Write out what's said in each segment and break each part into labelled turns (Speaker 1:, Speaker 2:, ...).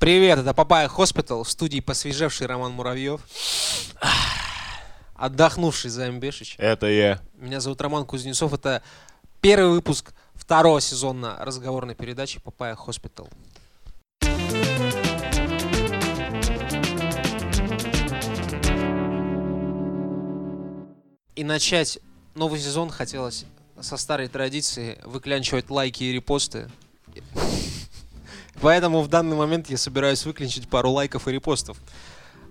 Speaker 1: Привет, это Папая Хоспитал, в студии посвежевший Роман Муравьев. Отдохнувший за Бешич.
Speaker 2: Это я.
Speaker 1: Меня зовут Роман Кузнецов. Это первый выпуск второго сезона разговорной передачи Папая Хоспитал. И начать новый сезон хотелось со старой традиции выклянчивать лайки и репосты. Поэтому в данный момент я собираюсь выклинчить пару лайков и репостов.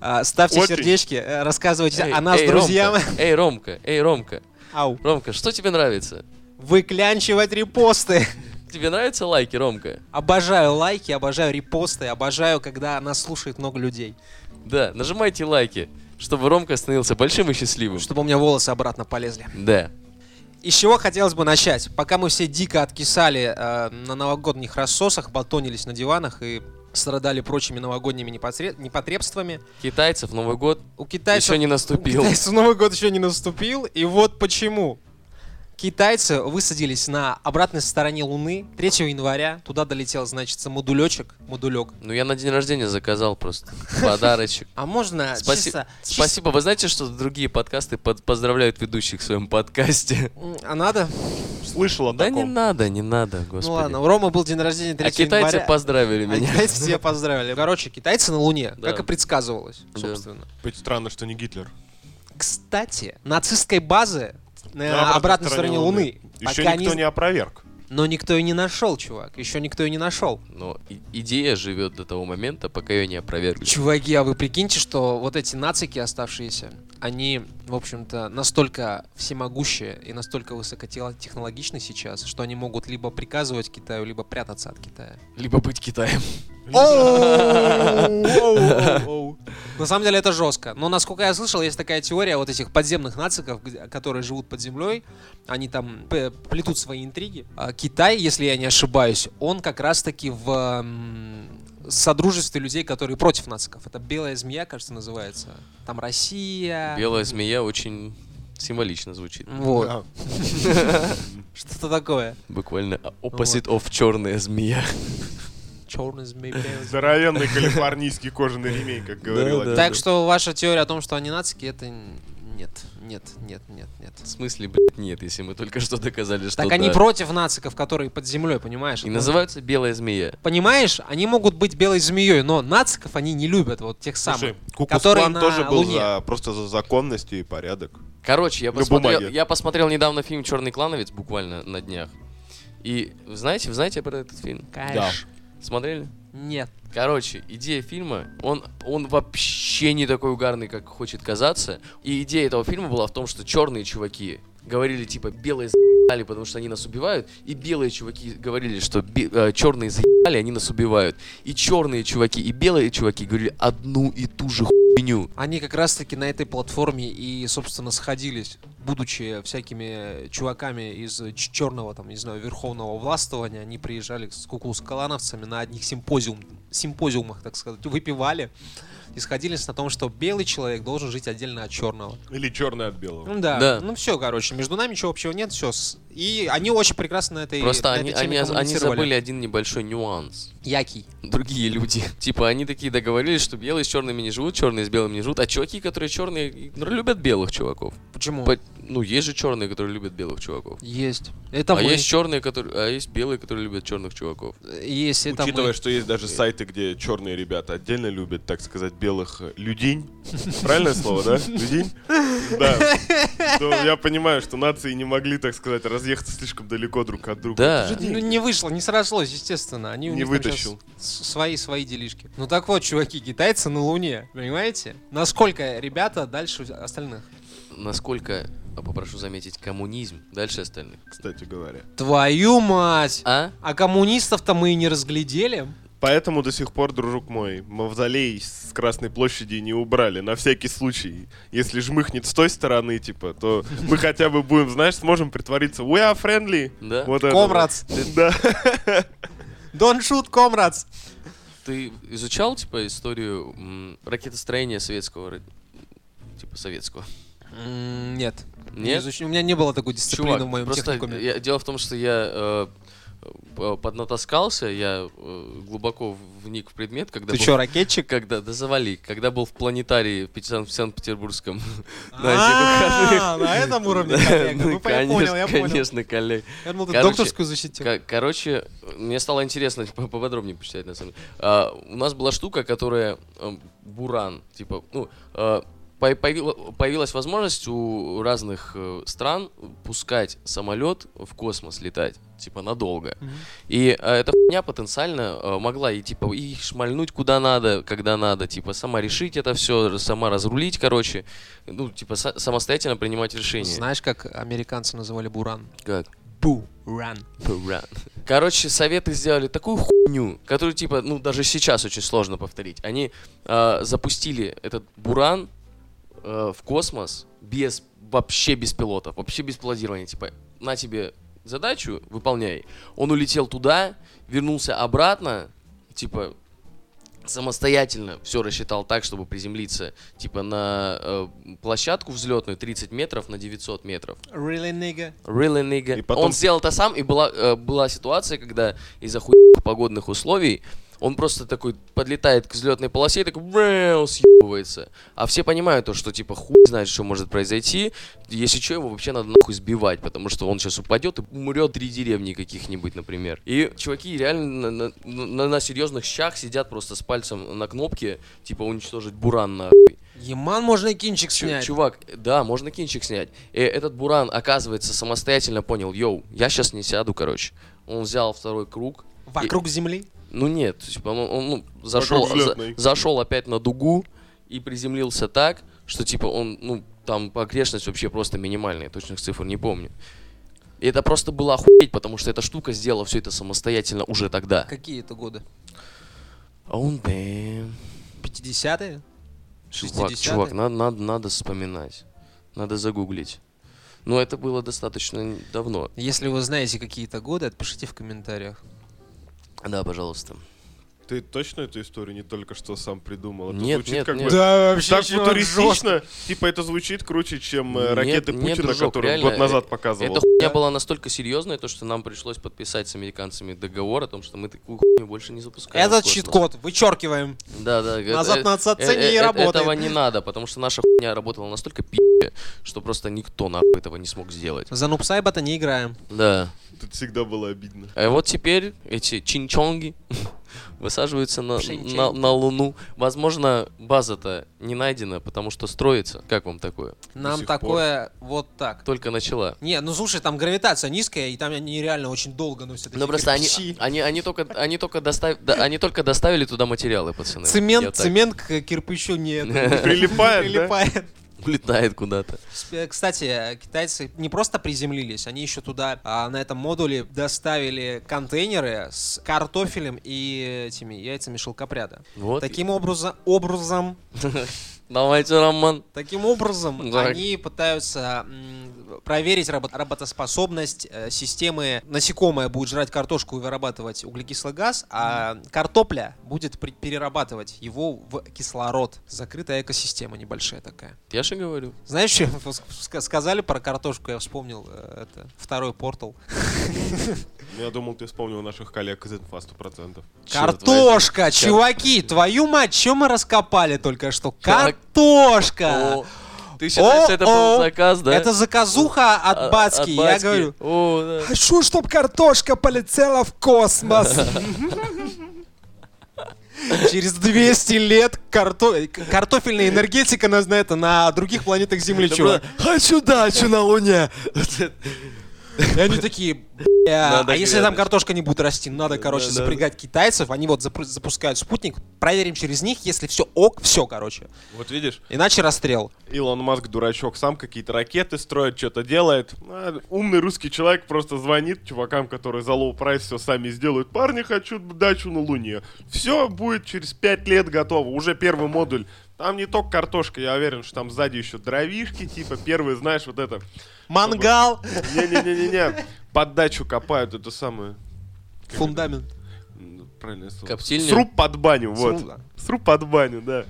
Speaker 1: А, Ставьте
Speaker 2: Очень.
Speaker 1: сердечки, э, рассказывайте о нас
Speaker 3: Ромка,
Speaker 1: друзьям.
Speaker 3: эй, Ромка, эй, Ромка.
Speaker 1: Ау.
Speaker 3: Ромка, что тебе нравится?
Speaker 1: Выклянчивать репосты.
Speaker 3: Тебе нравятся лайки, Ромка?
Speaker 1: Обожаю лайки, обожаю репосты, обожаю, когда нас слушает много людей.
Speaker 3: Да, нажимайте лайки, чтобы Ромка становился большим и счастливым.
Speaker 1: Чтобы у меня волосы обратно полезли.
Speaker 3: Да.
Speaker 1: И с чего хотелось бы начать? Пока мы все дико откисали э, на новогодних рассосах, батонились на диванах и страдали прочими новогодними непосре- непотребствами,
Speaker 3: Китайцев Новый год
Speaker 1: у китайцев...
Speaker 3: еще не
Speaker 1: У
Speaker 3: наступил.
Speaker 1: китайцев Новый год еще не наступил, и вот почему. Китайцы высадились на обратной стороне Луны 3 января. Туда долетел, значит, модулечек, модулек.
Speaker 3: Ну, я на день рождения заказал просто подарочек.
Speaker 1: А можно
Speaker 3: Спаси-
Speaker 1: чисто- чисто-
Speaker 3: Спасибо. Вы знаете, что другие подкасты под- поздравляют ведущих в своем подкасте?
Speaker 1: М, А надо?
Speaker 2: Слышал о
Speaker 3: Да не
Speaker 2: таком.
Speaker 3: надо, не надо, господи.
Speaker 1: Ну ладно, у Ромы был день рождения 3
Speaker 3: А китайцы
Speaker 1: января.
Speaker 3: поздравили
Speaker 1: А
Speaker 3: меня.
Speaker 1: китайцы тебя поздравили. Короче, китайцы на Луне,
Speaker 3: Да.
Speaker 1: как и предсказывалось,
Speaker 3: Да.
Speaker 1: собственно.
Speaker 2: Быть странно, что не Гитлер.
Speaker 1: Кстати, нацистской базы на,
Speaker 2: На
Speaker 1: обратной стороне Луны,
Speaker 2: Еще
Speaker 1: пока
Speaker 2: никто
Speaker 1: не-
Speaker 2: не опроверг.
Speaker 1: но никто и не нашел, чувак. Еще никто и не нашел.
Speaker 3: Но и- идея живет до того момента, пока ее не опровергли.
Speaker 1: Чуваки, а вы прикиньте, что вот эти нацики оставшиеся, они, в общем-то, настолько всемогущие и настолько высокотехнологичны сейчас, что они могут либо приказывать Китаю, либо прятаться от Китая.
Speaker 3: Либо быть Китаем.
Speaker 1: На самом деле это жестко. Но насколько я слышал, есть такая теория вот этих подземных нациков, где- которые живут под землей. Они там п- плетут свои интриги. А Китай, если я не ошибаюсь, он как раз-таки в м, содружестве людей, которые против нациков. Это белая змея, кажется, называется. Там Россия.
Speaker 3: Белая змея очень символично звучит.
Speaker 1: Вот.
Speaker 2: Да.
Speaker 1: Что-то такое.
Speaker 3: Буквально
Speaker 1: Ну
Speaker 3: а- opposite of черная змея.
Speaker 1: Черная змея. белая змея.
Speaker 2: Здоровенный калифорнийский кожаный ремень, как говорил
Speaker 3: Да,
Speaker 2: один.
Speaker 3: да.
Speaker 1: Так что ваша теория о том, что они нацики, это н- нет, нет, нет, нет, нет.
Speaker 3: В смысле, блядь, нет, если мы только что доказали, что
Speaker 1: Так они
Speaker 3: да.
Speaker 1: против нациков, которые под землей, понимаешь?
Speaker 3: И
Speaker 1: Это-
Speaker 3: называются белая змея.
Speaker 1: Понимаешь, они могут быть белой змеей, но нациков они не любят, вот тех самых.
Speaker 2: Слушай,
Speaker 1: которые
Speaker 2: Кукусклан
Speaker 1: на
Speaker 2: тоже был
Speaker 1: Луне.
Speaker 2: за- просто за законность и порядок.
Speaker 3: Короче, я
Speaker 2: На
Speaker 3: посмотрел,
Speaker 2: бумаге.
Speaker 3: я посмотрел недавно фильм «Черный клановец» буквально на днях. И вы знаете, вы знаете про этот фильм?
Speaker 1: Конечно.
Speaker 3: Смотрели?
Speaker 1: Нет.
Speaker 3: Короче, идея фильма, он, он вообще не такой угарный, как хочет казаться. И идея этого фильма была в том, что черные чуваки говорили, типа, белые заебали, потому что они нас убивают. И белые чуваки говорили, что э, черные заебали, они нас убивают. И черные чуваки, и белые чуваки говорили одну и ту же хуйню.
Speaker 1: Они как раз-таки на этой платформе и, собственно, сходились, будучи всякими чуваками из черного, там, не знаю, верховного властвования. Они приезжали с кукускалановцами на одних симпозиум, симпозиумах, так сказать, выпивали и сходились на том, что белый человек должен жить отдельно от черного.
Speaker 2: Или черный от белого.
Speaker 1: Ну да.
Speaker 3: Да.
Speaker 1: Ну все, короче, между нами ничего общего нет, все. И они очень прекрасно на этой
Speaker 3: Просто
Speaker 1: на
Speaker 3: они,
Speaker 1: этой теме
Speaker 3: они, они
Speaker 1: коммуницировали.
Speaker 3: забыли один небольшой нюанс.
Speaker 1: Який.
Speaker 3: Другие люди. Типа, они такие договорились, что белые с черными не живут, черные с белыми не живут, а чуваки, которые черные, ну, любят белых чуваков.
Speaker 1: Почему?
Speaker 3: По- ну, есть же черные, которые любят белых чуваков.
Speaker 1: Есть. Это
Speaker 3: а
Speaker 1: мы.
Speaker 3: есть черные, которые. А есть белые, которые любят черных чуваков.
Speaker 1: Есть, это мы.
Speaker 2: Учитывая, что есть даже сайты, где черные ребята отдельно любят, так сказать, белых э, людинь. Правильное слово, да? Людинь? Да. То я понимаю, что нации не могли, так сказать, разъехаться слишком далеко друг от друга.
Speaker 3: Да.
Speaker 2: Это же
Speaker 1: Ну,
Speaker 2: деньги.
Speaker 1: не вышло, не срослось, естественно. Они у
Speaker 2: Не
Speaker 1: них там
Speaker 2: вытащил.
Speaker 1: щас с- свои свои делишки. Ну так вот, чуваки, китайцы на Луне, понимаете? Насколько ребята дальше остальных?
Speaker 3: Насколько, а, попрошу заметить, коммунизм дальше остальных.
Speaker 2: Кстати говоря.
Speaker 1: Твою мать!
Speaker 3: А?
Speaker 1: А коммунистов-то мы и не разглядели.
Speaker 2: Поэтому до сих пор, дружок мой, мавзолей с Красной площади не убрали. На всякий случай. Если жмыхнет с той стороны, типа, то мы хотя бы будем, знаешь, сможем притвориться. We are friendly.
Speaker 3: Да.
Speaker 2: Вот это вот.
Speaker 1: Комрадс!
Speaker 2: Да.
Speaker 1: Don't shoot, комрадс!
Speaker 3: Ты изучал, типа, историю м, ракетостроения советского ры- типа советского.
Speaker 1: М, Нет. Не
Speaker 3: Нет?
Speaker 1: изуч- У меня не было такой дисциплины
Speaker 3: Чувак,
Speaker 1: в моем
Speaker 3: просто
Speaker 1: техникуме.
Speaker 3: я- дело в том, что я э, э, поднатаскался, я э, глубоко вник в предмет, когда
Speaker 1: Ты
Speaker 3: был-
Speaker 1: чё, ракетчик?
Speaker 3: когда, да завали, когда был в планетарии в Петербург- в Санкт-Петербургском. на этих выходных.
Speaker 1: А, На этом уровне коллега. Ну, пон- я понял, я
Speaker 3: конечно,
Speaker 1: понял.
Speaker 3: конечно, коллег.
Speaker 1: Я думал, ты
Speaker 3: Короче,
Speaker 1: докторскую защитил.
Speaker 3: Ко- Короче, мне стало интересно по- поподробнее почитать, на самом деле. А, у нас была штука, которая эм, буран, типа, ну, э, по- появила- появилась возможность у разных э, стран пускать самолет в космос летать, типа, надолго.
Speaker 1: Мгм.
Speaker 3: И э, эта фигня потенциально э, могла и типа и шмальнуть куда надо, когда надо, типа сама решить это все, сама разрулить, короче, ну типа са- самостоятельно принимать решения.
Speaker 1: Знаешь, как американцы называли Буран?
Speaker 3: Как?
Speaker 1: Буран.
Speaker 3: Буран. Короче, советы сделали такую хуйню, которую, типа, ну, даже сейчас очень сложно повторить. Они э, запустили этот буран э, в космос без вообще без пилотов, вообще без пилотирования. Типа, на тебе задачу, выполняй. Он улетел туда, вернулся обратно, типа, самостоятельно все рассчитал так, чтобы приземлиться, типа, на э, площадку взлетную 30 метров на 900 метров.
Speaker 1: Really, nigga?
Speaker 3: Really, nigga.
Speaker 2: И потом-
Speaker 3: Он сделал это сам, и была, э, была ситуация, когда из-за хуйных погодных условий он просто такой подлетает к взлетной полосе и такой «Брэу», съебывается. А все понимают то, что типа хуй знает, что может произойти. Если что, его вообще надо нахуй сбивать, потому что он сейчас упадет и умрет три деревни каких-нибудь, например. И чуваки реально на, на- на- на серьезных щах сидят просто с пальцем на кнопке, типа уничтожить буран на
Speaker 1: Еман можно и кинчик
Speaker 3: Чу-
Speaker 1: снять.
Speaker 3: Чувак, да, можно кинчик снять. И этот буран, оказывается, самостоятельно понял, йоу, я сейчас не сяду, короче. Он взял второй круг.
Speaker 1: Вокруг земли?
Speaker 3: Ну нет, типа, он, он, ну, зашел,
Speaker 2: Вокруг взлетной.
Speaker 3: за- зашел опять на дугу и приземлился так, что типа он, ну, там погрешность вообще просто минимальная, точных цифр не помню. И это просто было охуеть, потому что эта штука сделала все это самостоятельно уже тогда.
Speaker 1: Какие это годы?
Speaker 3: Oh, damn.
Speaker 1: 50-е?
Speaker 3: Чувак,
Speaker 1: 60-е?
Speaker 3: чувак, надо, надо, надо вспоминать. Надо загуглить. Но это было достаточно давно.
Speaker 1: Если вы знаете какие-то годы, отпишите в комментариях.
Speaker 3: Да, пожалуйста.
Speaker 2: Ты точно эту историю не только что сам придумал? Это
Speaker 3: Нет,
Speaker 2: звучит
Speaker 3: нет,
Speaker 2: как
Speaker 3: нет.
Speaker 2: бы
Speaker 1: Да, вообще
Speaker 2: так футуристично. Типа это звучит круче, чем э,
Speaker 3: Нет,
Speaker 2: ракеты
Speaker 3: нет,
Speaker 2: Путина,
Speaker 3: дружок,
Speaker 2: которые
Speaker 3: реально, э,
Speaker 2: год назад
Speaker 3: Эта
Speaker 2: показывал.
Speaker 3: хуйня была настолько серьезная, то, что нам пришлось подписать с американцами договор о том, что мы такую хуйню больше не запускаем. в
Speaker 1: Этот
Speaker 3: космос.
Speaker 1: чит-код вычеркиваем.
Speaker 3: Да, да. э,
Speaker 1: Назад
Speaker 3: э,
Speaker 1: на
Speaker 3: э,
Speaker 1: отца
Speaker 3: э,
Speaker 1: не
Speaker 3: э,
Speaker 1: работает.
Speaker 3: Этого не надо, потому что наша хуйня работала настолько пи***, что просто никто нахуй этого не смог сделать.
Speaker 1: За Нупсайбата не играем.
Speaker 3: Да.
Speaker 2: Тут всегда было обидно.
Speaker 3: А вот теперь эти чинчонги высаживаются на,
Speaker 1: Пшенчонги.
Speaker 3: на, на Луну. Возможно, база-то не найдена, потому что строится. Как вам такое?
Speaker 1: Нам
Speaker 2: сих
Speaker 1: такое вот так.
Speaker 3: Только начала.
Speaker 1: Не, ну слушай, там гравитация низкая, и там они реально очень долго носят.
Speaker 3: Ну
Speaker 1: эти
Speaker 3: просто они,
Speaker 1: кирпичи.
Speaker 3: они, они, только, они, только достав, да, они только доставили туда материалы, пацаны. а, Я
Speaker 1: Цемент,
Speaker 3: так-
Speaker 1: цемент к кирпичу не это, не
Speaker 2: Прилипает, да?
Speaker 1: прилипает.
Speaker 3: Улетает куда-то.
Speaker 1: Э, Кстати, э, китайцы не просто приземлились, они еще туда, а, на этом модуле, доставили контейнеры с картофелем и этими яйцами шелкопряда.
Speaker 3: Вот.
Speaker 1: Таким образом, образом,
Speaker 3: Давайте, Роман.
Speaker 1: таким образом
Speaker 3: Так.
Speaker 1: они пытаются м, проверить работ- работоспособность э, системы. Насекомое будет жрать картошку и вырабатывать углекислый газ, а картопля будет при- перерабатывать его в кислород. Закрытая экосистема небольшая такая.
Speaker 3: Я же говорю.
Speaker 1: Знаешь, что ска- сказали про картошку, я вспомнил э, это второй портал.
Speaker 2: Ну, Я думал, ты вспомнил наших коллег из инфа 100%.
Speaker 3: Чёрт
Speaker 1: Картошка,
Speaker 3: возьми.
Speaker 1: чуваки, твою мать, что мы раскопали только что?
Speaker 3: Чувак.
Speaker 1: Картошка!
Speaker 3: а О, Ты считаешь,
Speaker 1: О,
Speaker 3: это был
Speaker 1: о,
Speaker 3: заказ, да?
Speaker 1: Это заказуха
Speaker 3: А-
Speaker 1: от Бацки, я
Speaker 3: Бацки.
Speaker 1: говорю.
Speaker 3: О, да.
Speaker 1: Хочу, чтоб картошка полетела в космос. Через 200 лет карто- к- картофельная энергетика нас на это на других планетах Земли,
Speaker 3: Да,
Speaker 1: чувак.
Speaker 3: Хочу дачу на Луне.
Speaker 1: И они такие, «Бля,
Speaker 3: Надо
Speaker 1: а если
Speaker 3: грядочку».
Speaker 1: там картошка не будет расти, ну, надо, короче,
Speaker 3: да,
Speaker 1: запрягать китайцев, они вот запру- запускают спутник, проверим через них, если все ок, все, короче.
Speaker 2: Вот видишь,
Speaker 1: Иначе расстрел.
Speaker 2: Илон Маск, дурачок, сам какие-то ракеты строит, что-то делает. А, умный русский человек просто звонит чувакам, которые за low прайс все сами сделают. Парни, хочу дачу на Луне. Все будет через пять лет готово. Уже первый модуль. Там не только картошка, я уверен, что там сзади еще дровишки, типа первые, знаешь, вот это.
Speaker 1: Мангал,
Speaker 2: Не-не-не-не-не. Под дачу копают это самое.
Speaker 1: фундамент.
Speaker 2: М, Правильное слово.
Speaker 3: Коптильня.
Speaker 2: Сруб под баню, вот.
Speaker 1: Сруб, да.
Speaker 2: Сруб под баню, да.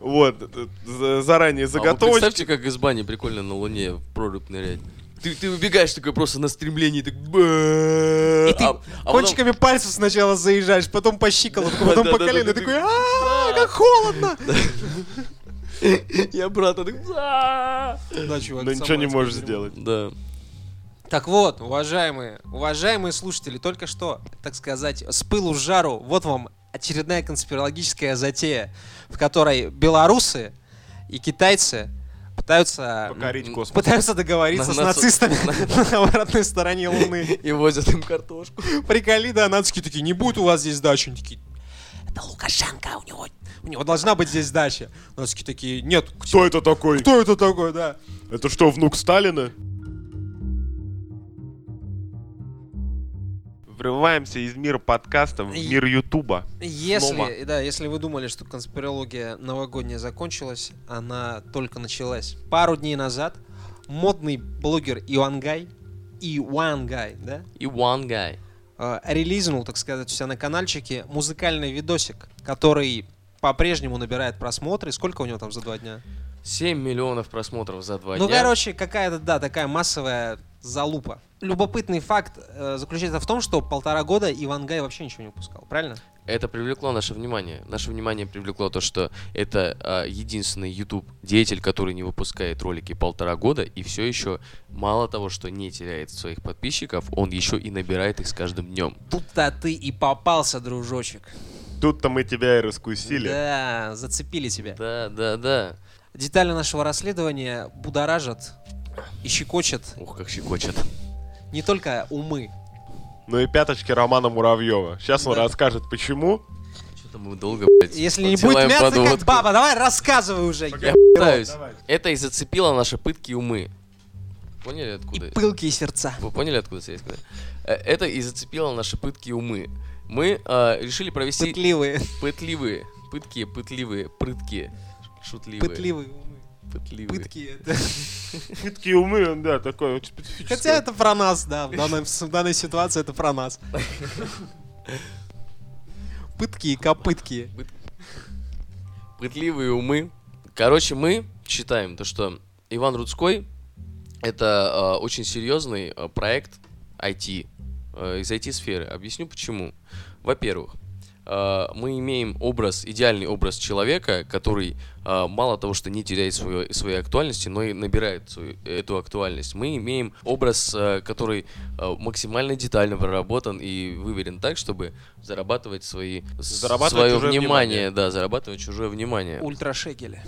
Speaker 2: Вот, э, за- заранее
Speaker 3: А вы
Speaker 2: заготовочки.
Speaker 1: А
Speaker 3: А Представьте, как из бани прикольно на Луне в прорубь нырять. Ты, ты убегаешь такой просто на стремлении, так... бэ-
Speaker 1: И ты
Speaker 3: а- а потом-
Speaker 1: Кончиками пальцев сначала заезжаешь, потом по щиколотку, потом по
Speaker 3: Да-да-да-да-да.
Speaker 1: колено. и Такой, «А, как холодно!
Speaker 3: И обратно так... «Да».
Speaker 1: Да, чувак,
Speaker 2: Но
Speaker 1: сама
Speaker 2: Ну, ничего не
Speaker 1: это
Speaker 2: можешь
Speaker 1: дерьмо.
Speaker 2: сделать.
Speaker 3: Да.
Speaker 1: Так вот, уважаемые, уважаемые слушатели, только что, так сказать, с пылу с жару, вот вам очередная конспирологическая затея, в которой белорусы и китайцы пытаются,
Speaker 2: А, Покорить космос.
Speaker 1: пытаются договориться
Speaker 3: На-
Speaker 1: с
Speaker 3: на-
Speaker 1: нацистами на обратной стороне Луны.
Speaker 3: И возят им картошку.
Speaker 1: Приколи, да, нацики такие, не будет у вас здесь дачи. Они такие, это Лукашенко, у него, у него должна быть здесь дача. Нацики такие, нет,
Speaker 2: Кто это такой?
Speaker 1: кто это такой, да.
Speaker 2: Это что, внук Сталина? Врываемся из мира подкаста в
Speaker 1: И-
Speaker 2: мир Ютуба.
Speaker 1: Если,
Speaker 2: Снова.
Speaker 1: да, если вы думали, что конспирология новогодняя закончилась, она только началась. Пару дней назад модный блогер Иоангай, Иоангай, да,
Speaker 3: И one guy.
Speaker 1: э, релизнул, так сказать, у себя на каналчике музыкальный видосик, который по-прежнему набирает просмотры. Сколько у него там за два дня?
Speaker 3: 7 миллионов просмотров за два
Speaker 1: ну,
Speaker 3: дня.
Speaker 1: короче, какая-то, да, такая массовая залупа. Любопытный факт э, заключается в том, что полтора года Ивангай вообще ничего не выпускал, правильно?
Speaker 3: Это привлекло наше внимание. Наше внимание привлекло то, что это а, единственный YouTube деятель, который не выпускает ролики полтора года, и все еще мало того, что не теряет своих подписчиков, он еще и набирает их с каждым днем.
Speaker 1: Тут-то ты и попался, дружочек.
Speaker 2: Тут-то мы тебя и раскусили.
Speaker 1: Да, зацепили тебя.
Speaker 3: Да, да, да.
Speaker 1: Детали нашего расследования будоражат и щекочет
Speaker 3: Ух, как щекочет.
Speaker 1: не только умы.
Speaker 2: Ну и пяточки Романа Муравьева. Сейчас он
Speaker 1: Да.
Speaker 2: расскажет, почему.
Speaker 3: Что-то мы долго, блядь,
Speaker 1: Если не будет
Speaker 3: делаем
Speaker 1: мяса, как
Speaker 3: подводку.
Speaker 1: баба, давай рассказывай уже.
Speaker 3: Я пытаюсь. Это и зацепило наши пытки и умы. Поняли,
Speaker 1: И
Speaker 3: откуда?
Speaker 1: пылкие сердца.
Speaker 3: Вы поняли, откуда я сказал? Э, Это и зацепило наши пытки и умы. Мы э, решили провести...
Speaker 1: Пытливые.
Speaker 3: Пытливые. Пытки, пытливые, прытки, шутливые.
Speaker 1: Пытливые умы.
Speaker 3: Пытливые.
Speaker 1: Пытки.
Speaker 2: Пытки умы, он, да, такой очень специфический.
Speaker 1: Хотя это про нас, да. В данной, в данной ситуации это про нас. Пытки и копытки.
Speaker 3: Пытливые умы. Короче, мы считаем то, что Иван Рудской это э, очень серьезный э, проект IT э, из IT-сферы. Объясню почему. Во-первых, э, мы имеем образ, идеальный образ человека, который э, мало того, что не теряет свою- своей актуальности, но и набирает свою- эту актуальность. Мы имеем образ, э, который э, максимально детально проработан и выверен так, чтобы зарабатывать свои
Speaker 2: Зарабатывать
Speaker 3: свое
Speaker 2: чужое
Speaker 3: внимание,
Speaker 2: внимание.
Speaker 3: да, зарабатывать чужое внимание.
Speaker 1: Ультрашекели.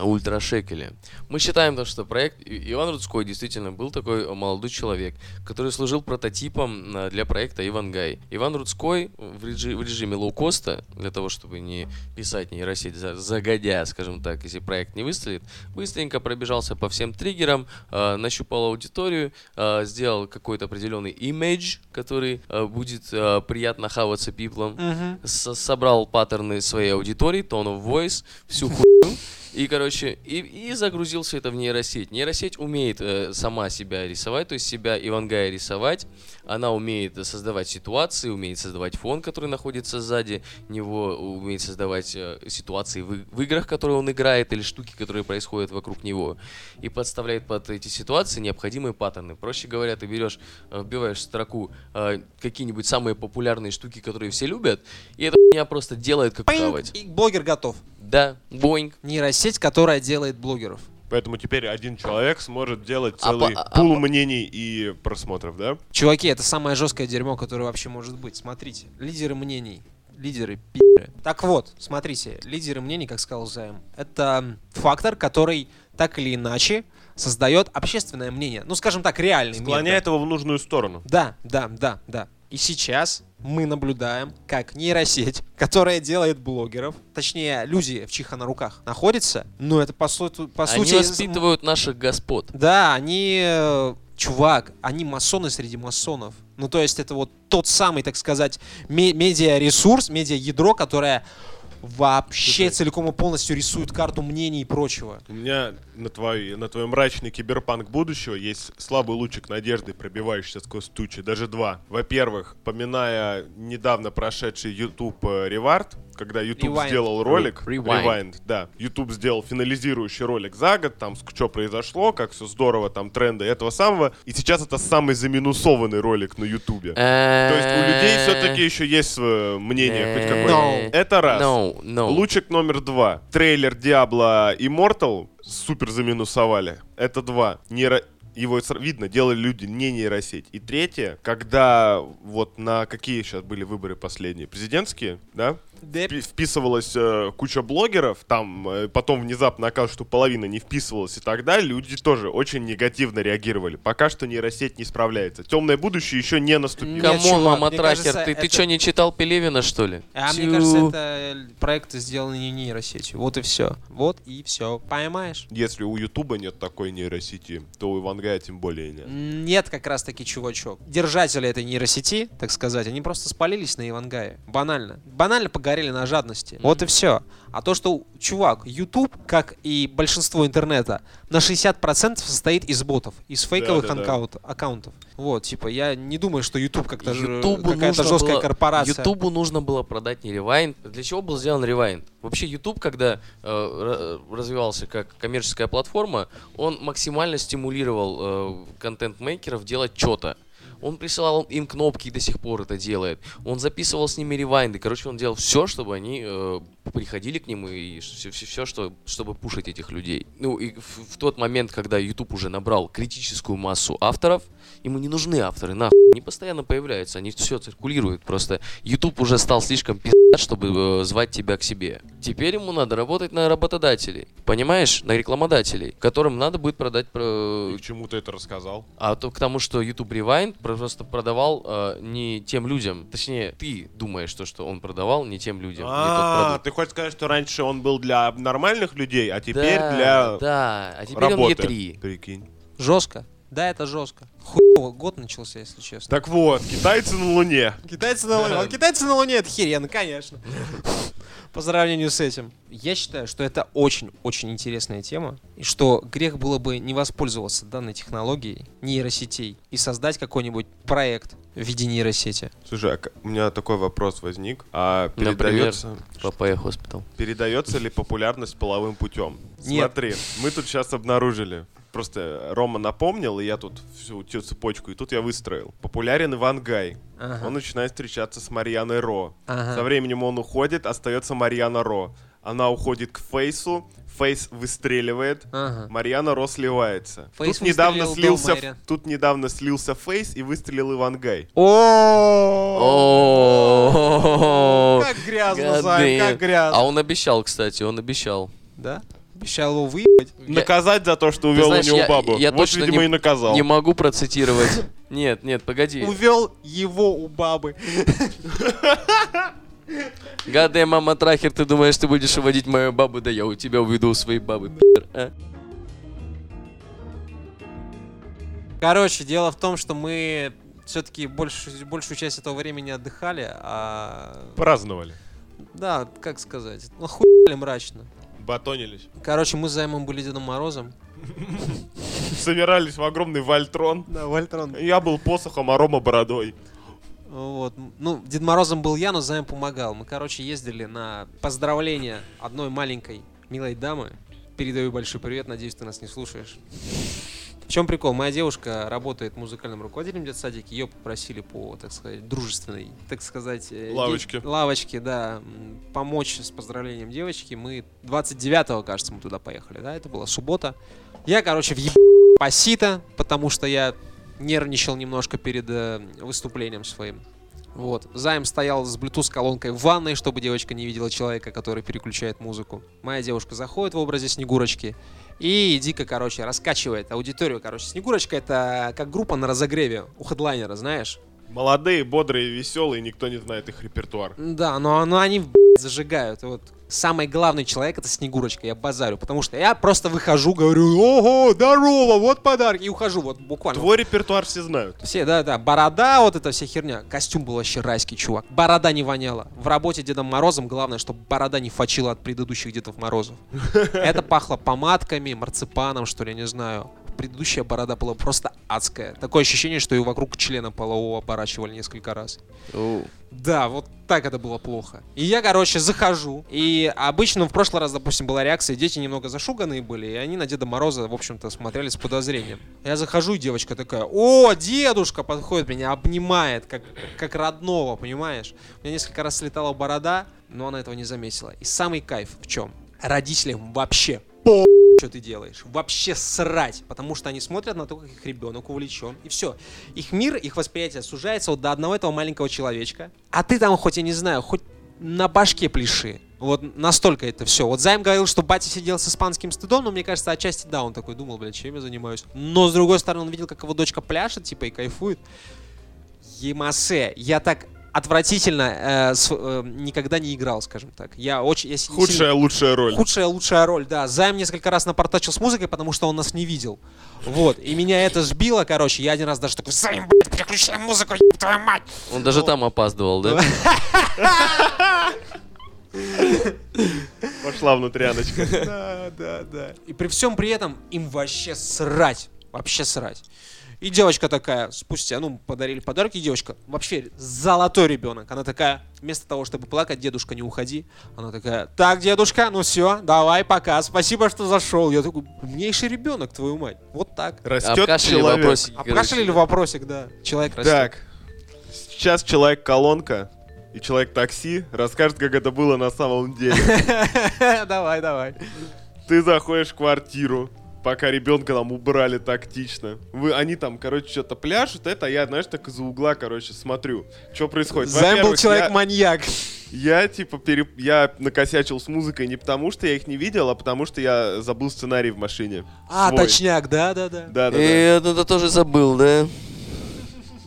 Speaker 3: Ультрашекеля. Мы считаем, то, что проект И- Иван Рудской действительно был такой э, молодой человек, который служил прототипом э, для проекта Ивангай. Иван Рудской в, реджи- в режиме лоукоста, для того, чтобы не писать нейросеть за- загодя, скажем так, если проект не выстрелит, быстренько пробежался по всем триггерам, э, нащупал аудиторию, э, сделал какой-то определенный имидж, который э, будет э, приятно хаваться пиплом
Speaker 1: Мгм.
Speaker 3: со- собрал паттерны своей аудитории, tone of voice, всю хуйню, и, короче, и, и загрузил все это в нейросеть. Нейросеть умеет э, сама себя рисовать, то есть себя Ивангая рисовать. Она умеет э, создавать ситуации, умеет создавать фон, который находится сзади него, умеет создавать э, ситуации в, и- в играх, которые он играет, или штуки, которые происходят вокруг него. И подставляет под эти ситуации необходимые паттерны. Проще говоря, ты берешь, э, вбиваешь в строку э, какие-нибудь самые популярные штуки, которые все любят, и это меня просто делает как
Speaker 1: Пинг,
Speaker 3: плавать.
Speaker 1: и блогер готов.
Speaker 3: Да, боинг.
Speaker 1: Нейросеть, которая делает блогеров.
Speaker 2: Поэтому теперь один человек сможет делать
Speaker 3: А
Speaker 2: целый
Speaker 3: по- а-
Speaker 2: пул мнений и просмотров, да?
Speaker 1: Чуваки, это самое жесткое дерьмо, которое вообще может быть. Смотрите, лидеры мнений. Лидеры пи***ры. Так вот, смотрите, лидеры мнений, как сказал Займ, это фактор, который так или иначе создает общественное мнение. Ну, скажем так, реальный
Speaker 2: Склоняет его в нужную сторону.
Speaker 1: Да, да, да, да. И сейчас мы наблюдаем, как нейросеть, которая делает блогеров, точнее, люди, в чьих она руках находится, ну, это по, сути, по
Speaker 3: Они
Speaker 1: сути...
Speaker 3: воспитывают наших господ.
Speaker 1: Да, они... э, Чувак, они масоны среди масонов. Ну, то есть это вот тот самый, так сказать, ме- медиаресурс, медиа-ядро, которое вообще целиком и полностью рисует карту мнений и прочего.
Speaker 2: У меня на твой, на твой мрачный киберпанк будущего есть слабый лучик надежды, пробивающийся сквозь тучи, даже два. Во-первых, поминая недавно прошедший YouTube э, Reward, когда YouTube
Speaker 1: Rewind.
Speaker 2: сделал ролик,
Speaker 3: Rewind.
Speaker 2: Rewind, да, YouTube сделал финализирующий ролик за год, там что произошло, как все здорово, там тренды этого самого, и сейчас это самый заминусованный ролик на YouTube. То есть у людей все-таки еще есть свое мнение, хоть
Speaker 1: No.
Speaker 2: какое Это раз.
Speaker 3: No, no.
Speaker 2: Лучик номер два. Трейлер Diablo Immortal супер заминусовали. Это два. Нейро... Его сра- видно, делали люди не нейросеть. И третье, когда вот на какие сейчас были выборы последние? Президентские, да? Впи- Вписывалась э, куча блогеров, там э, потом внезапно оказалось, что половина не вписывалась и так далее. Люди тоже очень негативно реагировали. Пока что нейросеть не справляется. Темное будущее еще не наступило.
Speaker 1: Нет,
Speaker 3: Камон,
Speaker 1: чувак, мне
Speaker 3: маматрахер,
Speaker 1: кажется,
Speaker 3: ты, ты
Speaker 1: это-
Speaker 3: что, не читал Пелевина, что ли?
Speaker 1: А мне
Speaker 3: Тю.
Speaker 1: кажется, это э, проекты сделаны не нейросетью. Вот и все. Вот и все. Поймаешь?
Speaker 2: Если у Ютуба нет такой нейросети, то у Ивангая тем более нет.
Speaker 1: Нет как раз таки, чувачок. Держатели этой нейросети, так сказать, они просто спалились на Ивангае. Банально. Банально погорели на жадности. Вот и все. А то, что, чувак, YouTube, как и большинство интернета, на 60% состоит из ботов, из фейковых
Speaker 2: Да-да-да.
Speaker 1: аккаунт- аккаунтов. Вот, типа, я не думаю, что YouTube как-то ж-
Speaker 3: Ютубу
Speaker 1: какая-то
Speaker 3: нужно
Speaker 1: жесткая
Speaker 3: было-
Speaker 1: корпорация.
Speaker 3: Ютубу нужно было продать не ревайн. Для чего был сделан ревайн? Вообще YouTube, когда э, ра- развивался как коммерческая платформа, он максимально стимулировал э, контент-мейкеров делать что-то. Он присылал им кнопки и до сих пор это делает. Он записывал с ними ревайнды. Короче, он делал все, чтобы они э, приходили к нему и все, что, чтобы пушить этих людей. Ну и в, в тот момент, когда YouTube уже набрал критическую массу авторов, ему не нужны авторы, нахуй. Они постоянно появляются, они все циркулируют. Просто YouTube уже стал слишком пи***т, чтобы э, звать тебя к себе. Теперь ему надо работать на работодателей. Понимаешь? На рекламодателей, которым надо будет продать про-
Speaker 2: И к чему ты это рассказал?
Speaker 3: а то к тому, что YouTube Rewind про- просто продавал э, не тем людям, точнее, ты думаешь, то, что он продавал не тем людям. не тот
Speaker 2: А,
Speaker 3: продукт.
Speaker 2: ты хочешь сказать, что раньше он был для нормальных людей, а теперь
Speaker 3: Да,
Speaker 2: для
Speaker 3: Да, а теперь он
Speaker 2: работы?
Speaker 3: Е3.
Speaker 2: Прикинь.
Speaker 1: Жестко. Да, это жестко. Хуёво год начался, если честно.
Speaker 2: Так вот, китайцы на Луне.
Speaker 1: Китайцы на Луне. Вот Китайцы на Луне это херен, конечно. По сравнению с этим. Я считаю, что это очень-очень интересная тема, и что грех было бы не воспользоваться данной технологией нейросетей и создать какой-нибудь проект в виде нейросети.
Speaker 2: Слушай, а к- у меня такой вопрос возник. А
Speaker 3: Например?
Speaker 2: передается,
Speaker 3: Папая Хоспитал.
Speaker 2: передается ли популярность половым путем?
Speaker 1: Нет.
Speaker 2: Смотри, мы тут сейчас обнаружили. Просто Рома напомнил, и я тут всю тю цепочку, и тут я выстроил. Популярен Иван Гай.
Speaker 1: Ага.
Speaker 2: Он начинает встречаться с Марьяной Ро.
Speaker 1: Ага.
Speaker 2: Со временем он уходит, остается Марьяна Ро. Она уходит к Фейсу, Фейс выстреливает,
Speaker 1: Ага.
Speaker 2: Марьяна Ро сливается.
Speaker 1: Фейс
Speaker 2: тут, недавно
Speaker 1: выстрелил до
Speaker 2: слился,
Speaker 1: мэря.
Speaker 2: тут недавно слился Фейс и выстрелил Ивангай.
Speaker 1: О,
Speaker 3: О,
Speaker 1: как грязно, Займ, как
Speaker 3: А
Speaker 1: грязно.
Speaker 3: он обещал, кстати, он обещал.
Speaker 1: Да? Обещал его выебать.
Speaker 3: Я-
Speaker 2: Наказать за то, что увел
Speaker 3: знаешь,
Speaker 2: у него
Speaker 3: я-
Speaker 2: бабу.
Speaker 3: я
Speaker 2: вот,
Speaker 3: точно
Speaker 2: видимо,
Speaker 3: не-
Speaker 2: и наказал.
Speaker 3: Не могу процитировать. Нет, нет, погоди.
Speaker 1: Увел его у бабы.
Speaker 3: Гадая, мама трахер, ты думаешь, ты будешь уводить мою бабу? Да я у тебя уведу у своей бабы, пи***р, а?
Speaker 1: Короче, дело в том, что мы все-таки большую, большую часть этого времени отдыхали, а...
Speaker 2: Праздновали.
Speaker 1: Да, как сказать, ну хуй мрачно.
Speaker 2: Батонились.
Speaker 1: Короче, мы с Займом были Дедом Морозом.
Speaker 2: Собирались в огромный вальтрон.
Speaker 1: Да, Вольтрон.
Speaker 2: Я был посохом, а Рома бородой.
Speaker 1: Вот. Ну, Дед Морозом был я, но Займ помогал. Мы, короче, ездили на поздравление одной маленькой милой дамы. Передаю большой привет, надеюсь, ты нас не слушаешь. В чем прикол? Моя девушка работает музыкальным руководителем в детсадике. Ее попросили по, так сказать, дружественной, так сказать... э, де-
Speaker 2: Лавочке.
Speaker 1: Лавочке, да. м, Помочь с поздравлением девочки. Мы 29-го, кажется, мы туда поехали, да? Это была суббота. Я, короче, в пасита, потому что я нервничал немножко перед э, выступлением своим. Вот. Займ стоял с Bluetooth колонкой в ванной, чтобы девочка не видела человека, который переключает музыку. Моя девушка заходит в образе Снегурочки и дико, короче, раскачивает аудиторию. Короче, Снегурочка это как группа на разогреве у хедлайнера, знаешь?
Speaker 2: Молодые, бодрые, веселые, никто не знает их репертуар.
Speaker 1: Да, но, но они б***ь, зажигают. Вот самый главный человек это Снегурочка, я базарю, потому что я просто выхожу, говорю, ого, здорово, вот подарок, и ухожу, вот буквально.
Speaker 2: Твой репертуар все знают.
Speaker 1: Все, да, да. Борода, вот эта вся херня. Костюм был вообще райский, чувак. Борода не воняла. В работе Дедом Морозом главное, чтобы борода не фачила от предыдущих Дедов Морозов. Это пахло помадками, марципаном, что ли, не знаю. предыдущая борода была просто адская. Такое ощущение, что ее вокруг члена полового оборачивали несколько раз.
Speaker 3: Оу.
Speaker 1: Да, вот так это было плохо. И я, короче, захожу. И обычно ну, в прошлый раз, допустим, была реакция, дети немного зашуганные были, и они на Деда Мороза, в общем-то, смотрели с подозрением. Я захожу, и девочка такая, о, дедушка, подходит меня, обнимает, как, как родного, понимаешь? У меня несколько раз слетала борода, но она этого не заметила. И самый кайф в чем? Родителям вообще что ты делаешь. Вообще срать, потому что они смотрят на то, как их ребенок увлечен, и все. Их мир, их восприятие сужается вот до одного этого маленького человечка. А ты там, хоть я не знаю, хоть на башке пляши. Вот настолько это все. Вот Займ говорил, что батя сидел с испанским стыдом, но мне кажется, отчасти да, он такой думал, блядь, чем я занимаюсь. Но с другой стороны, он видел, как его дочка пляшет, типа, и кайфует. Емасе, я так отвратительно э, с- э, никогда не играл, скажем так. Я очень... Я си- сильно-
Speaker 2: Худшая лучшая роль.
Speaker 1: Худшая лучшая роль, да. Займ несколько раз напортачил с музыкой, потому что он нас не видел. Вот. И меня это сбило, короче. Я один раз даже такой, Займ, блядь, переключай музыку, еб твою мать.
Speaker 3: Он даже там опаздывал, да?
Speaker 2: Пошла внутряночка.
Speaker 1: Да, да, да. И при всем при этом им вообще срать. Вообще срать. И девочка такая, спустя, ну, подарили подарки, и девочка, вообще золотой ребенок. Она такая, вместо того, чтобы плакать, дедушка, не уходи. Она такая, так, дедушка, ну все, давай, пока, спасибо, что зашел. Я такой, умнейший ребенок, твою мать. Вот так.
Speaker 2: Растет
Speaker 3: Обкашляли
Speaker 2: человек. А
Speaker 3: вопросики, короче.
Speaker 1: Обкашляли вопросик, да. Человек растет.
Speaker 2: Так, сейчас человек-колонка и человек-такси расскажет, как это было на самом деле.
Speaker 1: Давай, давай.
Speaker 2: Ты заходишь в квартиру, пока ребенка там убрали тактично. Вы, они там, короче, что-то пляшут, это я, знаешь, так из-за угла, короче, смотрю, что происходит.
Speaker 1: Займ был
Speaker 2: Во-первых, я-
Speaker 1: человек-маньяк.
Speaker 2: Я, типа, пере... я накосячил с музыкой не потому, что я их не видел, а потому, что я забыл сценарий в машине.
Speaker 1: А,
Speaker 2: Свой.
Speaker 1: точняк, да-да-да.
Speaker 2: Да-да-да.
Speaker 3: Э, ну ты тоже забыл, да?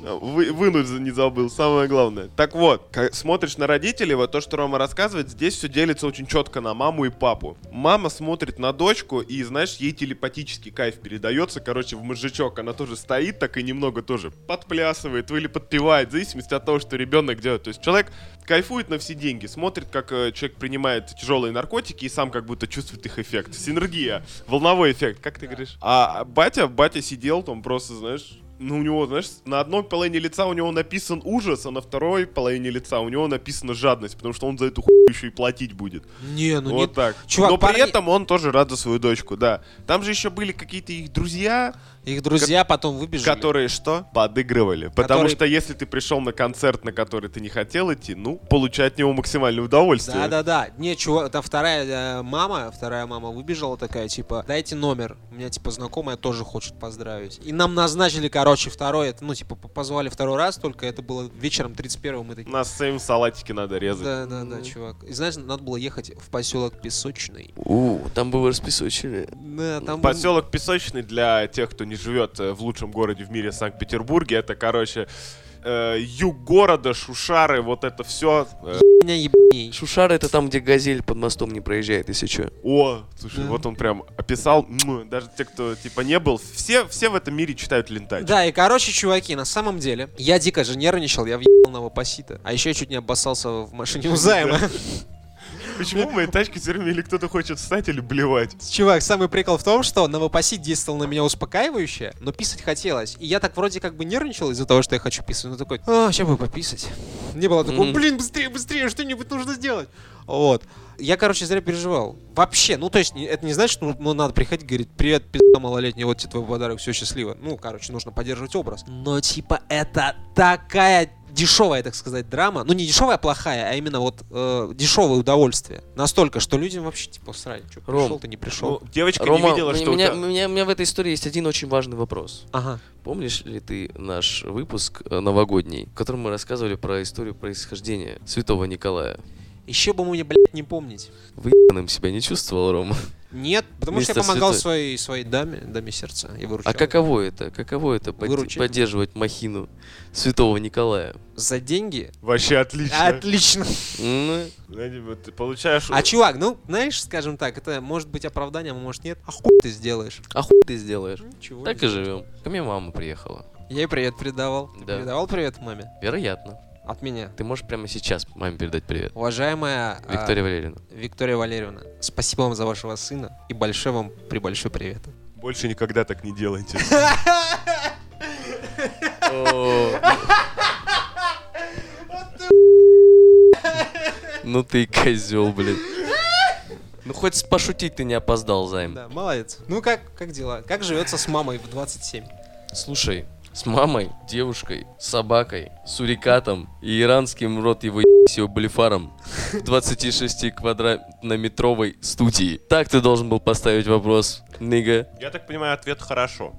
Speaker 2: Вы, вынуть за- не забыл, самое главное. Так вот, ка- смотришь на родителей, вот то, что Рома рассказывает, здесь все делится очень четко на маму и папу. Мама смотрит на дочку, и, знаешь, ей телепатический кайф передается, короче, в мозжечок. Она тоже стоит, так и немного тоже подплясывает ну, или подпевает, в зависимости от того, что ребенок делает. То есть человек кайфует на все деньги, смотрит, как э, человек принимает тяжелые наркотики и сам как будто чувствует их эффект. Синергия, волновой эффект, как ты говоришь. А батя, батя сидел там просто, знаешь, ну, у него, знаешь, на одной половине лица у него написан ужас, а на второй половине лица у него написана жадность, потому что он за эту хуйню еще и платить будет.
Speaker 1: Не, ну
Speaker 2: вот
Speaker 1: не...
Speaker 2: так.
Speaker 1: Чувак,
Speaker 2: Но
Speaker 1: парни-
Speaker 2: при этом он тоже рад за свою дочку, да. Там же еще были какие-то их друзья,
Speaker 1: Их друзья потом выбежали.
Speaker 2: которые что? Подыгрывали. Потому
Speaker 1: Которые-
Speaker 2: что если ты пришел на концерт, на который ты не хотел идти, ну, получай от него максимальное удовольствие.
Speaker 1: Да, да, да. Не, чувак, там вторая э, мама, вторая мама выбежала такая, типа, дайте номер. У меня, типа, знакомая тоже хочет поздравить. И нам назначили, короче, второй, это, ну, типа, п- позвали второй раз, только это было вечером 31-го, мы такие...
Speaker 2: Нас самим салатики надо резать.
Speaker 1: Да, да, да,
Speaker 3: Ну.
Speaker 1: чувак. И знаешь, надо было ехать в поселок Песочный.
Speaker 3: У, там было распесочили.
Speaker 1: Да, там... был-
Speaker 2: Ну, Поселок Песочный для тех, кто не живет э, в лучшем городе в мире Санкт-Петербурге, это, короче, э, юг города, Шушары, вот это Э, все.
Speaker 1: Меня ебаней.
Speaker 3: Шушара это там, где газель под мостом не проезжает, если что.
Speaker 2: О, слушай,
Speaker 1: Да.
Speaker 2: вот он прям описал. М, Даже те, кто типа не был, все, все в этом мире читают лентач.
Speaker 1: Да, и короче, чуваки, на самом деле, я дико же нервничал, я въебал на Вапасита. А еще я чуть не обоссался в машине у займа.
Speaker 2: Почему в моей тачке все время или кто-то хочет встать или блевать?
Speaker 1: Чувак, самый прикол в том, что новопосит действовал на меня успокаивающе, но писать хотелось. И я так вроде как бы нервничал из-за того, что я хочу писать, но такой, а, сейчас бы пописать. Не было такого,
Speaker 3: Мгм.
Speaker 1: блин, быстрее, быстрее, что-нибудь нужно сделать. Вот. Я, короче, зря переживал. Вообще, ну то есть не- это не значит, что ну, ну, надо приходить и говорить, привет, пизда малолетний, вот тебе твой подарок, все счастливо. Ну, короче, нужно поддерживать образ. Но типа это такая дешевая, так сказать, драма. Ну не дешевая, а плохая, а именно вот э, дешевое удовольствие. Настолько, что людям вообще типа срать, что
Speaker 3: Ром,
Speaker 1: пришел ты, не пришел.
Speaker 2: Ну, девочка
Speaker 3: Рома,
Speaker 2: не видела,
Speaker 3: м-
Speaker 2: что у
Speaker 3: меня,
Speaker 2: тебя-
Speaker 3: меня- у меня в этой истории есть один очень важный вопрос.
Speaker 1: Ага.
Speaker 3: Помнишь ли ты наш выпуск э, новогодний, в котором мы рассказывали про историю происхождения святого Николая?
Speaker 1: Еще бы мне, блядь, не помнить.
Speaker 3: Нам себя не чувствовал, Рома.
Speaker 1: Нет, потому что я
Speaker 3: Мистер
Speaker 1: помогал
Speaker 3: Святой.
Speaker 1: своей, своей даме, даме сердца и выручал.
Speaker 3: А каково это? Каково это подде-
Speaker 1: Выручить.
Speaker 3: поддерживать махину святого Николая?
Speaker 1: За деньги?
Speaker 2: Вообще отлично.
Speaker 1: Отлично.
Speaker 3: Ну,
Speaker 2: Знаете, вот ты получаешь...
Speaker 1: А чувак, ну, знаешь, скажем так, это может быть оправданием, а может нет. А хуй ты сделаешь? Ну,
Speaker 3: а хуй ты сделаешь?
Speaker 1: Ничего.
Speaker 3: Так и живем. Ко мне мама приехала.
Speaker 1: Я ей привет передавал. Ты
Speaker 3: Да.
Speaker 1: передавал привет маме?
Speaker 3: Вероятно.
Speaker 1: От меня.
Speaker 3: Ты можешь прямо сейчас маме передать привет.
Speaker 1: Уважаемая а,
Speaker 3: Виктория Валерьевна.
Speaker 1: Виктория Валерьевна, спасибо вам за вашего сына и большой вам прибольшой привет.
Speaker 2: Больше никогда так не делайте.
Speaker 3: Ну ты и козел, блин. Ну хоть пошутить ты не опоздал, займ.
Speaker 1: Да, молодец. Ну как, как дела? Как живется с мамой в 27?
Speaker 3: Слушай, с мамой, девушкой, собакой, сурикатом и иранским рот его ебсио блефаром в 26 квадратнометровой студии. Так ты должен был поставить вопрос, нига.
Speaker 2: Я так понимаю, ответ хорошо.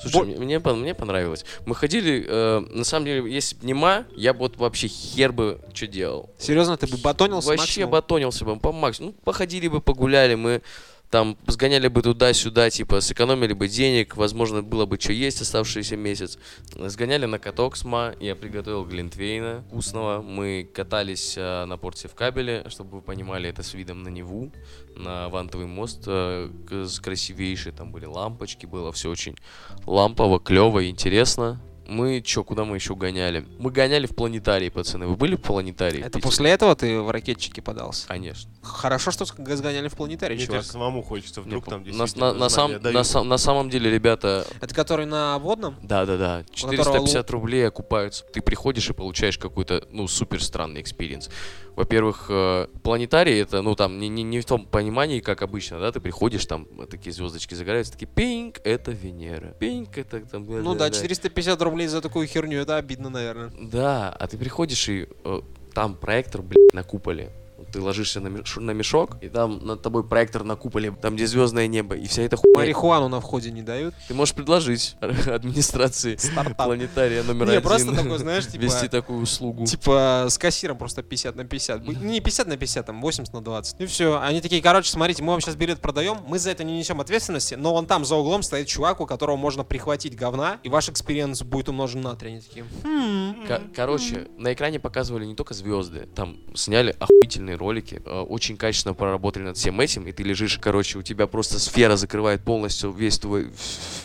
Speaker 3: Слушай,
Speaker 1: Бо-
Speaker 3: мне, мне, пон- мне понравилось. Мы ходили, э, на самом деле, если бы не ма, я бы вот вообще хер бы что делал.
Speaker 1: Серьезно, ты бы батонился
Speaker 3: Вообще
Speaker 1: максимум?
Speaker 3: батонился бы по максимуму. Ну, походили бы, погуляли, мы там сгоняли бы туда-сюда, типа, сэкономили бы денег, возможно, было бы что есть оставшийся месяц. Сгоняли на каток с Ма, я приготовил глинтвейна вкусного. Мы катались э, на порте в кабеле, чтобы вы понимали, это с видом на Неву, на Вантовый мост, э, к- с красивейшей, там были лампочки, было все очень лампово, клево, интересно. Мы чё, куда мы еще гоняли? Мы гоняли в планетарий, пацаны. Вы были в планетарии? в
Speaker 1: Это
Speaker 3: Питере?
Speaker 1: после этого ты в ракетчики подался?
Speaker 3: Конечно.
Speaker 1: Хорошо, что сг- сгоняли в планетарий,
Speaker 2: Мне
Speaker 1: чувак.
Speaker 2: теперь самому хочется, вдруг
Speaker 3: Не,
Speaker 2: там
Speaker 3: на-
Speaker 2: действительно
Speaker 3: на, на сам-
Speaker 2: знания
Speaker 3: на,
Speaker 2: дают.
Speaker 3: сам- на самом деле, ребята,
Speaker 1: Это который на водном?
Speaker 3: да-да-да,
Speaker 1: которого
Speaker 3: 450 рублей окупаются. Ты приходишь и получаешь какой-то, ну, супер странный экспириенс. Во-первых, э, планетарий это, ну, там, не, не, не в том понимании, как обычно, да, ты приходишь, там, э, такие звездочки загораются, такие, пинг, это Венера, пинг, это там...
Speaker 1: Ну да,
Speaker 3: да-да-да».
Speaker 1: 450 рублей за такую херню, это обидно, наверное.
Speaker 3: Да, а ты приходишь и э, там проектор, блядь, на куполе. Вот Ты ложишься на, меш- на мешок, и там над тобой проектор на куполе, там, где звездное небо, и вся эта хуйня.
Speaker 1: Марихуану на входе не дают.
Speaker 3: Ты можешь предложить администрации
Speaker 1: Стартап.
Speaker 3: планетария номер
Speaker 1: Не,
Speaker 3: один.
Speaker 1: просто такой, знаешь, типа...
Speaker 3: Вести такую услугу.
Speaker 1: Типа с кассиром просто 50 на 50. Бы- Не 50 на 50, там 80 на 20. И все. Они такие, короче, смотрите, мы вам сейчас билет продаем, мы за это не несем ответственности, но вон там за углом стоит чувак, у которого можно прихватить говна, и ваш экспириенс будет умножен на 3. Они такие, «Хм».
Speaker 3: Ко- Типа, короче, на экране показывали не только звезды, там сняли охуительные ролики, э, очень качественно проработали над всем этим, и ты лежишь, короче, у тебя просто сфера закрывает полностью весь твой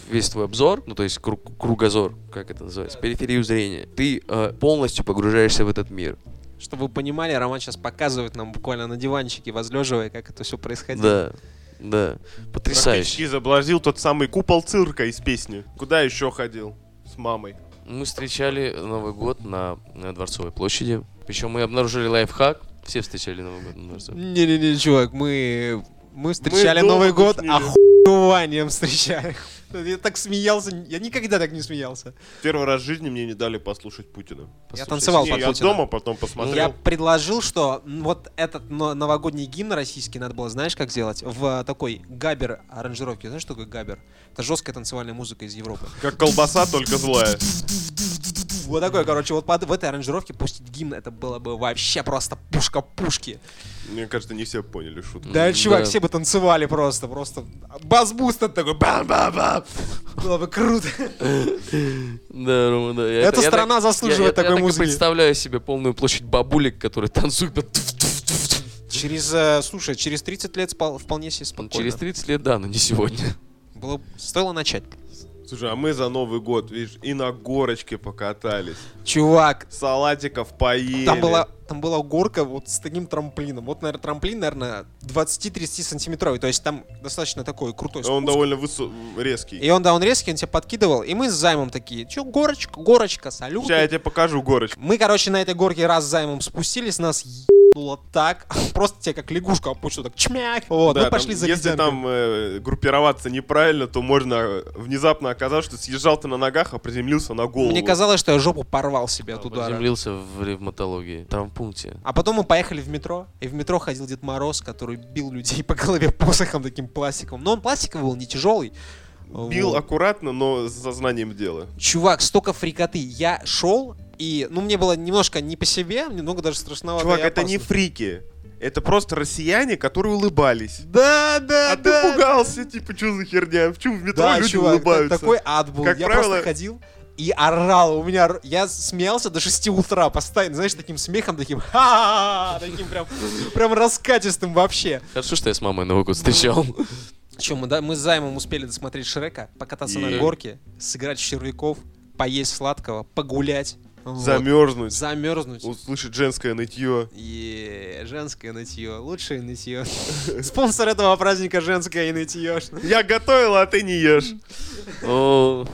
Speaker 3: весь твой обзор, ну то есть кру- кругозор, как это называется, периферию зрения. Ты э, полностью погружаешься в этот мир.
Speaker 1: Чтобы вы понимали, Роман сейчас показывает нам буквально на диванчике, возлеживая, как это все происходило.
Speaker 3: Да, да, потрясающе.
Speaker 2: Практически заблазил тот самый купол цирка из песни. Куда еще ходил? С мамой.
Speaker 3: Мы встречали Новый год на, на Дворцовой площади. Причем мы обнаружили лайфхак. Все встречали Новый год на Дворцовой.
Speaker 1: Не-не-не, чувак, мы... Мы встречали
Speaker 2: дома
Speaker 1: Новый год
Speaker 2: тусили.
Speaker 1: охуеванием встречали. Я так смеялся, я никогда так не смеялся.
Speaker 2: Первый раз в жизни мне не дали послушать Путина.
Speaker 1: Я
Speaker 3: Послушайте.
Speaker 1: А танцевал
Speaker 2: Не,
Speaker 1: под
Speaker 2: я
Speaker 1: Путина.
Speaker 2: дома потом
Speaker 1: Я
Speaker 2: посмотрел.
Speaker 1: предложил, что м, вот этот но- новогодний гимн российский надо было, знаешь, как сделать? В э, такой габер аранжировке. Знаешь, что такое габер? Это жесткая танцевальная музыка из Европы.
Speaker 2: Как колбаса, только злая.
Speaker 1: Вот такой, короче, вот под- в этой аранжировке пустить гимн, это было бы вообще просто пушка пушки.
Speaker 2: Мне кажется, не все поняли шутку.
Speaker 1: Да,
Speaker 3: М,
Speaker 1: чувак,
Speaker 3: да.
Speaker 1: все бы танцевали просто, просто бас-буст от такой, бам-бам-бам. Было бы круто.
Speaker 3: Да, Рома, да. Я-
Speaker 1: Эта
Speaker 3: я
Speaker 1: страна
Speaker 3: так-
Speaker 1: заслуживает
Speaker 3: я- я-
Speaker 1: такой
Speaker 3: я так и
Speaker 1: музыки.
Speaker 3: представляю себе полную площадь бабулек, которые танцуют. под туф-туф-туф-туф.
Speaker 1: Через, э, слушай, через 30 лет спал- вполне себе
Speaker 3: Ну,
Speaker 1: спокойно.
Speaker 3: Через 30 лет, да, но не сегодня.
Speaker 1: Было... б- Стоило начать.
Speaker 2: Слушай, а мы за Новый год, видишь, и на горочке покатались.
Speaker 1: Чувак,
Speaker 2: Салатиков поели.
Speaker 1: Там была, там была горка вот с таким трамплином. Вот, наверное, трамплин, наверное, 20-30 сантиметровый. То есть там достаточно такой крутой
Speaker 2: Он
Speaker 1: спуск.
Speaker 2: довольно высо- резкий.
Speaker 1: И он, да, он резкий, он тебя подкидывал. И мы с займом такие, чё, горочка, горочка, салют.
Speaker 2: Сейчас я тебе покажу горочку.
Speaker 1: Мы, короче, на этой горке раз с займом спустились, нас ебнуло так. Просто тебя как лягушку опустил, так чмяк. Вот,
Speaker 2: Да,
Speaker 1: мы пошли
Speaker 2: там,
Speaker 1: за
Speaker 2: Если
Speaker 1: ледянкой.
Speaker 2: там э, группироваться неправильно, то можно э, внезапно оказаться, что съезжал ты на ногах, а приземлился на голову.
Speaker 1: Мне казалось, что я жопу порвал себе от удара.
Speaker 3: Приземлился в ревматологии, травмпункте.
Speaker 1: А потом мы поехали в метро, и в метро ходил Дед Мороз, который бил людей по голове посохом таким пластиком. Но он пластиковый был, не тяжелый.
Speaker 2: Бил аккуратно, но с сознанием дела.
Speaker 1: Чувак, столько фрикоты. Я шел, и, ну, мне было немножко не по себе, немного даже страшновато.
Speaker 2: Чувак,
Speaker 1: и
Speaker 2: это не
Speaker 1: опасно.
Speaker 2: фрики. Это просто россияне, которые улыбались.
Speaker 1: Да, да,
Speaker 2: А
Speaker 1: да.
Speaker 2: ты пугался, типа, что за херня? Почему в метро
Speaker 1: Да,
Speaker 2: люди
Speaker 1: чувак, да,
Speaker 2: улыбаются?
Speaker 1: такой ад был.
Speaker 2: Как
Speaker 1: я
Speaker 2: правило-
Speaker 1: просто ходил и орал. У меня... р- Я смеялся до 6 утра постоянно, знаешь, таким смехом, таким... «Ха-ха-ха», Таким прям, прям раскатистым вообще.
Speaker 3: Хорошо, что я с мамой Новый год встречал.
Speaker 1: Че, мы, да, мы с займом успели досмотреть Шрека, покататься
Speaker 2: И-
Speaker 1: на горке, сыграть в червяков, поесть сладкого, погулять. Вот.
Speaker 2: замерзнуть,
Speaker 1: Замерзнуть.
Speaker 2: услышать женское нытье.
Speaker 1: И женское нытье, лучшее нытье. Спонсор этого праздника женское и нытье.
Speaker 2: Я готовила, а ты не ешь.
Speaker 3: О,